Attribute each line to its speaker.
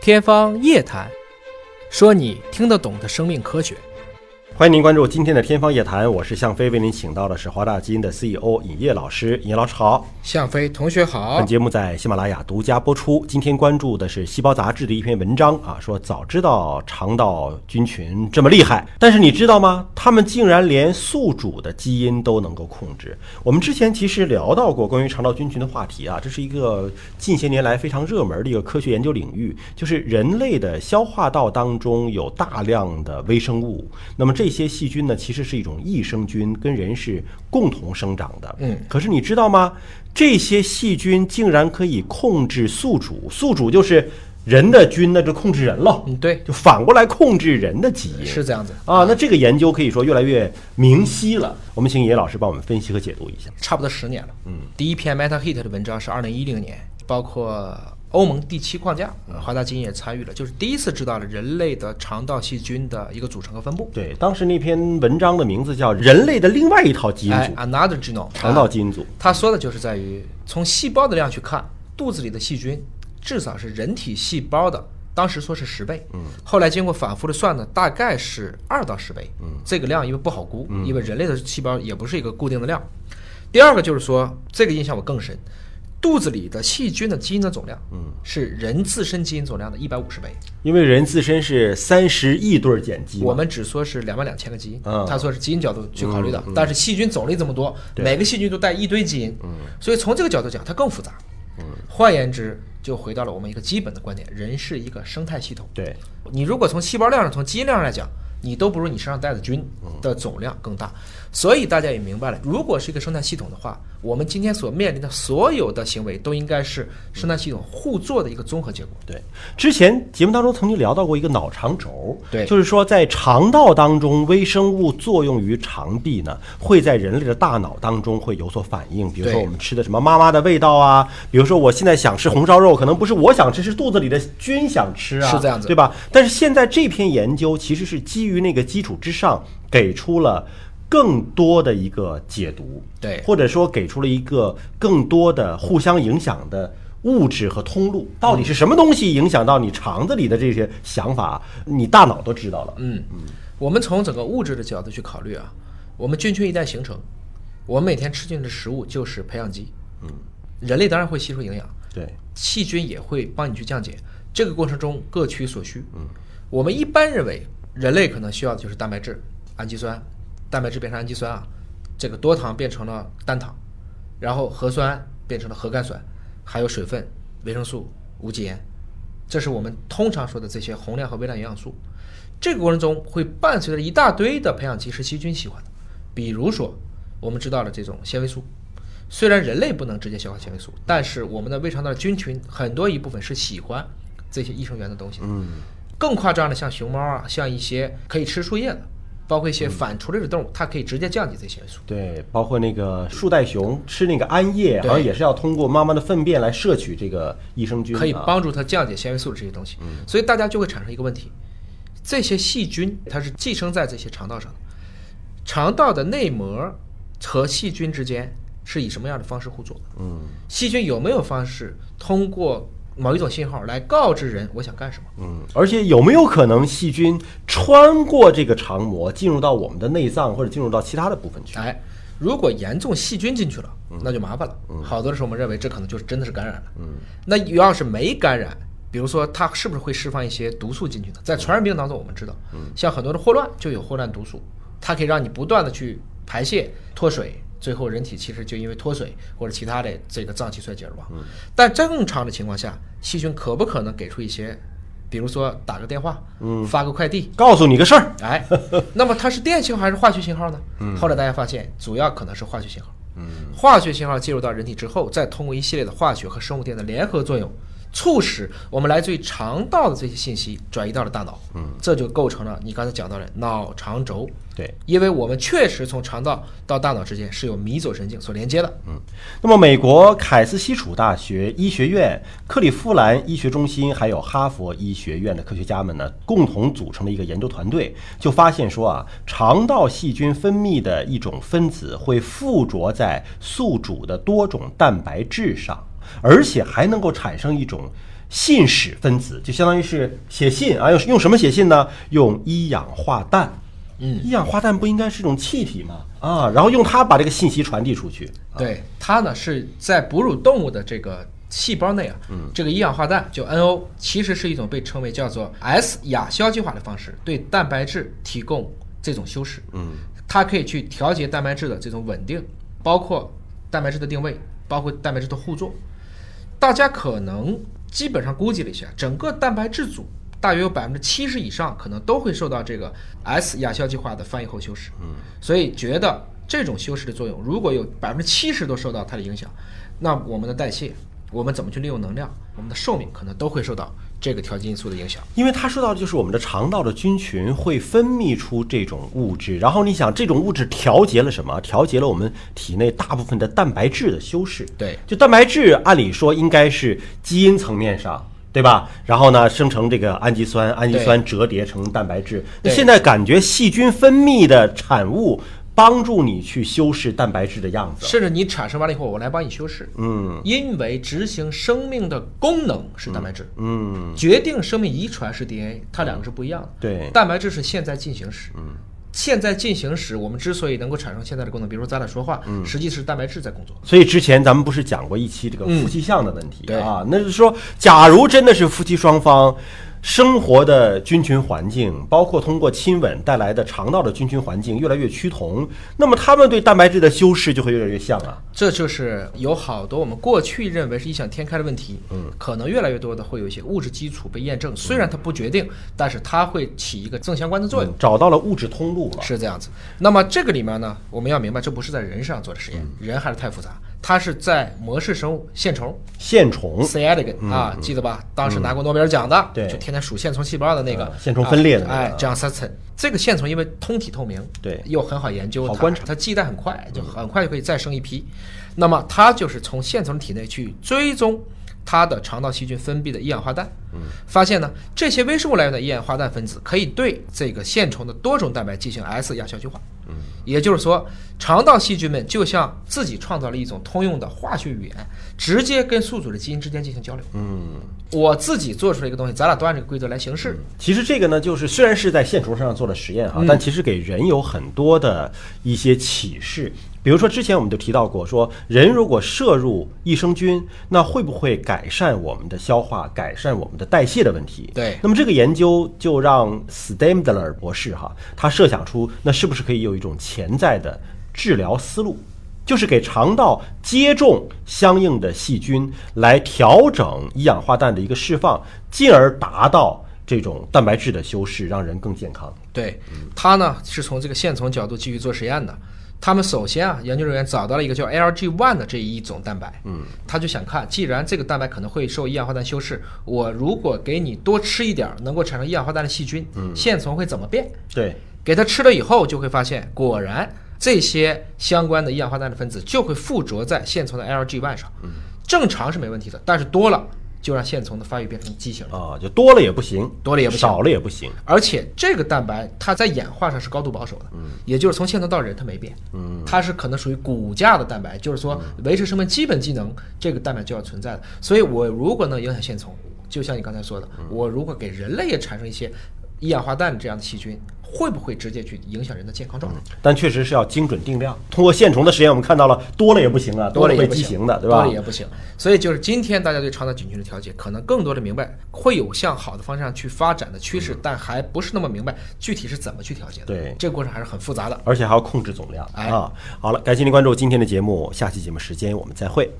Speaker 1: 天方夜谭，说你听得懂的生命科学。
Speaker 2: 欢迎您关注今天的天方夜谭，我是向飞，为您请到的是华大基因的 CEO 尹烨老师。尹烨老师好，
Speaker 1: 向飞同学好
Speaker 2: 本，节目在喜马拉雅独家播出。今天关注的是《细胞》杂志的一篇文章啊，说早知道肠道菌群这么厉害，但是你知道吗？他们竟然连宿主的基因都能够控制。我们之前其实聊到过关于肠道菌群的话题啊，这是一个近些年来非常热门的一个科学研究领域，就是人类的消化道当中有大量的微生物，那么这些细菌呢，其实是一种益生菌，跟人是共同生长的。
Speaker 1: 嗯，
Speaker 2: 可是你知道吗？这些细菌竟然可以控制宿主，宿主就是人的菌，那就控制人了，
Speaker 1: 嗯，对，
Speaker 2: 就反过来控制人的基因。
Speaker 1: 是这样子，
Speaker 2: 啊，那这个研究可以说越来越明晰了。我们请野老师帮我们分析和解读一下。
Speaker 1: 差不多十年了。嗯，第一篇 MetaHit 的文章是二零一零年，包括欧盟第七框架，
Speaker 2: 嗯
Speaker 1: 华大基因也参与了，就是第一次知道了人类的肠道细菌的一个组成和分布。
Speaker 2: 对，当时那篇文章的名字叫《人类的另外一套基因
Speaker 1: 哎
Speaker 2: 组
Speaker 1: ，Another Genome，》，
Speaker 2: 肠道基因组。
Speaker 1: 他说的就是在于从细胞的量去看，肚子里的细菌至少是人体细胞的，当时说是十倍，嗯，后来经过反复的算呢，大概是二到十倍，嗯，这个量因为不好估，因为人类的细胞也不是一个固定的量。第二个就是说，这个印象我更深，肚子里的细菌的基因的总量，嗯，是人自身基因总量的一百五十倍，
Speaker 2: 因为人自身是三十亿对儿碱基嘛，
Speaker 1: 我们只说是两万两千个基因，
Speaker 2: 嗯
Speaker 1: 他说是基因角度去考虑的，但是细菌种类这么多，每个细菌都带一堆基因，所以从这个角度讲，它更复杂。换言之，就回到了我们一个基本的观点：人是一个生态系统。
Speaker 2: 对，
Speaker 1: 你如果从细胞量上、从基因量上来讲，你都不如你身上带的菌的总量更大。所以大家也明白了，如果是一个生态系统的话，我们今天所面临的所有的行为都应该是生态系统互作的一个综合结果。
Speaker 2: 对，之前节目当中曾经聊到过一个脑肠轴，
Speaker 1: 对
Speaker 2: 就是说在肠道当中，微生物作用于肠壁呢，会在人类的大脑当中会有所反应。比如说
Speaker 1: 对
Speaker 2: 我们吃的什么妈妈的味道啊，比如说我现在想吃红烧肉，可能不是我想吃，是肚子里的菌想吃啊，
Speaker 1: 是这样子
Speaker 2: 对吧？但是现在这篇研究其实是基于那个基础之上，给出了更多的一个解读，
Speaker 1: 对
Speaker 2: 或者说给出了一个更多的互相影响的物质和通路，到底是什么东西影响到你肠子里的这些想法，你大脑都知道了。
Speaker 1: 嗯，我们从整个物质的角度去考虑啊，我们菌群一旦形成，我们每天吃进的食物就是培养基。嗯，人类当然会吸收营养，
Speaker 2: 对，
Speaker 1: 细菌也会帮你去降解。这个过程中各取所需。嗯，我们一般认为人类可能需要的就是蛋白质、氨基酸，蛋白质变成氨基酸啊，这个多糖变成了单糖，然后核酸胺变成了核苷酸，还有水分、维生素、无机盐，这是我们通常说的这些宏量和微量营养素。这个过程中会伴随着一大堆的培养基是细菌喜欢的，比如说我们知道了这种纤维素，虽然人类不能直接消化纤维素，但是我们的胃肠道菌群很多一部分是喜欢这些益生元的东西的。嗯，更夸张的，像熊猫啊，像一些可以吃树叶的，包括一些反刍类的动物，它可以直接降解这些元素。
Speaker 2: 对，包括那个树袋熊吃那个桉叶，好像
Speaker 1: 对
Speaker 2: 也是要通过妈妈的粪便来摄取这个益生菌、啊，
Speaker 1: 可以帮助它降解纤维素的这些东西。所以大家就会产生一个问题：这些细菌它是寄生在这些肠道上的，肠道的内膜和细菌之间是以什么样的方式互作？嗯，细菌有没有方式通过某一种信号来告知人我想干什么？
Speaker 2: 嗯，而且有没有可能细菌穿过这个肠膜，进入到我们的内脏或者进入到其他的部分去？
Speaker 1: 哎，如果严重细菌进去了，那就麻烦了。好多的时候我们认为这可能就是真的是感染了。嗯，那要是没感染，比如说它是不是会释放一些毒素进去呢？在传染病当中，我们知道，像很多的霍乱就有霍乱毒素，它可以让你不断的去排泄、脱水。最后，人体其实就因为脱水或者其他的这个脏器衰竭而亡。但正常的情况下，细菌可不可能给出一些，比如说打个电话，发个快递，
Speaker 2: 告诉你个事儿，
Speaker 1: 哎， 那么它是电信号还是化学信号呢？后来大家发现，主要可能是化学信号。化学信号进入到人体之后，再通过一系列的化学和生物电的联合作用，促使我们来自于肠道的这些信息转移到了大脑。嗯，这就构成了你刚才讲到的脑肠轴。
Speaker 2: 对，
Speaker 1: 因为我们确实从肠道到大脑之间是有迷走神经所连接的。
Speaker 2: 那么，美国凯斯西楚大学医学院、克利夫兰医学中心，还有哈佛医学院的科学家们呢，共同组成了一个研究团队，就发现说啊，肠道细菌分泌的一种分子会附着在宿主的多种蛋白质上。而且还能够产生一种信使分子，就相当于是写信啊，用用什么写信呢？用一氧化氮。
Speaker 1: 嗯，
Speaker 2: 一氧化氮不应该是一种气体吗？啊，然后用它把这个信息传递出去。
Speaker 1: 对，它呢是在哺乳动物的这个细胞内啊，这个一氧化氮就 NO，其实是一种被称为叫做 S 亚硝基化的方式，对蛋白质提供这种修饰。
Speaker 2: 嗯，
Speaker 1: 它可以去调节蛋白质的这种稳定，包括蛋白质的定位，包括蛋白质的互作。大家可能基本上估计了一下，整个蛋白质组大约有百分之七十以上可能都会受到这个 S 亚硝基化的翻译后修饰。嗯，所以觉得这种修饰的作用，如果有百分之七十都受到它的影响，那我们的代谢，我们怎么去利用能量，我们的寿命可能都会受到这个条件因素的影响。
Speaker 2: 因为他说到的就是我们的肠道的菌群会分泌出这种物质，然后你想这种物质调节了什么？调节了我们体内大部分的蛋白质的修饰。
Speaker 1: 对，
Speaker 2: 就蛋白质按理说应该是基因层面上。对吧？然后呢，生成这个氨基酸，氨基酸折叠成蛋白质。那
Speaker 1: 对
Speaker 2: 现在感觉细菌分泌的产物帮助你去修饰蛋白质的样子。
Speaker 1: 甚至你产生完了以后，我来帮你修饰。嗯，因为执行生命的功能是蛋白质，
Speaker 2: 嗯，
Speaker 1: 决定生命遗传是 DNA，它两个是不一样的。
Speaker 2: 对，
Speaker 1: 蛋白质是现在进行时。嗯，现在进行时，我们之所以能够产生现在的功能，比如说咱俩说话，实际是蛋白质在工作。
Speaker 2: 所以之前咱们不是讲过一期这个夫妻相的问题、
Speaker 1: 对
Speaker 2: 啊？那就是说，假如真的是夫妻双方生活的菌群环境，包括通过亲吻带来的肠道的菌群环境越来越趋同，那么他们对蛋白质的修饰就会越来越像啊。
Speaker 1: 这就是有好多我们过去认为是异想天开的问题，嗯，可能越来越多的会有一些物质基础被验证，虽然它不决定，但是它会起一个正相关的作用。
Speaker 2: 嗯找到了物质通路了。
Speaker 1: 是这样子。那么这个里面呢，我们要明白，这不是在人身上做的实验，
Speaker 2: 嗯
Speaker 1: 人还是太复杂，它是在模式生物线虫
Speaker 2: 线虫
Speaker 1: C. elegans 啊，记得吧？当时拿过诺贝尔奖的，
Speaker 2: 嗯对
Speaker 1: 就天天数线虫细胞的那个
Speaker 2: 啊线虫分裂的那个啊
Speaker 1: 哎，John Sutton。这个线虫因为通体透明，
Speaker 2: 对
Speaker 1: 又很好研究，
Speaker 2: 好
Speaker 1: 它
Speaker 2: 观察
Speaker 1: 它系带很快，就很快就可以再生一批。那么它就是从线虫体内去追踪它的肠道细菌分泌的一氧化氮，发现呢这些微生物来源的一氧化氮分子可以对这个线虫的多种蛋白进行 S 亚硝基化。也就是说，肠道细菌们就像自己创造了一种通用的化学语言，直接跟宿主的基因之间进行交流。嗯，我自己做出来一个东西，咱俩都按这个规则来行事。
Speaker 2: 其实这个呢，就是虽然是在线虫身上做了实验哈，但其实给人有很多的一些启示。比如说之前我们就提到过，说人如果摄入益生菌，那会不会改善我们的消化、改善我们的代谢的问题？
Speaker 1: 对
Speaker 2: 那么这个研究就让 Stemdler 博士哈，他设想出那是不是可以有一种潜在的治疗思路，就是给肠道接种相应的细菌，来调整一氧化氮的一个释放，进而达到这种蛋白质的修饰，让人更健康。
Speaker 1: 对，他呢是从这个线虫角度继续做实验的。他们首先啊，研究人员找到了一个叫 LG1 的这一种蛋白，嗯，他就想看，既然这个蛋白可能会受一氧化氮修饰，我如果给你多吃一点儿能够产生一氧化氮的细菌，嗯，线虫会怎么变？
Speaker 2: 对，
Speaker 1: 给它吃了以后，就会发现果然这些相关的一氧化氮的分子就会附着在线虫的 LG1 上。嗯，正常是没问题的，但是多了就让线虫的发育变成畸形了。
Speaker 2: 啊、就多了也不行，
Speaker 1: 多了也不行
Speaker 2: 少了也不行。
Speaker 1: 而且这个蛋白它在演化上是高度保守的，嗯，也就是从线虫到人它没变，嗯，它是可能属于骨架的蛋白，就是说维持生命基本机能，这个蛋白就要存在的。所以我如果能影响线虫，就像你刚才说的，我如果给人类也产生一些一氧化氮这样的细菌，会不会直接去影响人的健康状态？
Speaker 2: 但确实是要精准定量。通过线虫的实验，我们看到了多了也不行啊，
Speaker 1: 多了也
Speaker 2: 会
Speaker 1: 不
Speaker 2: 畸
Speaker 1: 行
Speaker 2: 形的，对吧
Speaker 1: 多了？也不行。所以就是今天大家对肠道菌群的调节，可能更多的明白会有向好的方向去发展的趋势，但还不是那么明白具体是怎么去调节的。
Speaker 2: 对
Speaker 1: 这个过程还是很复杂的。
Speaker 2: 而且还要控制总量、
Speaker 1: 哎
Speaker 2: 啊！好了，感谢您关注今天的节目，下期节目时间我们再会。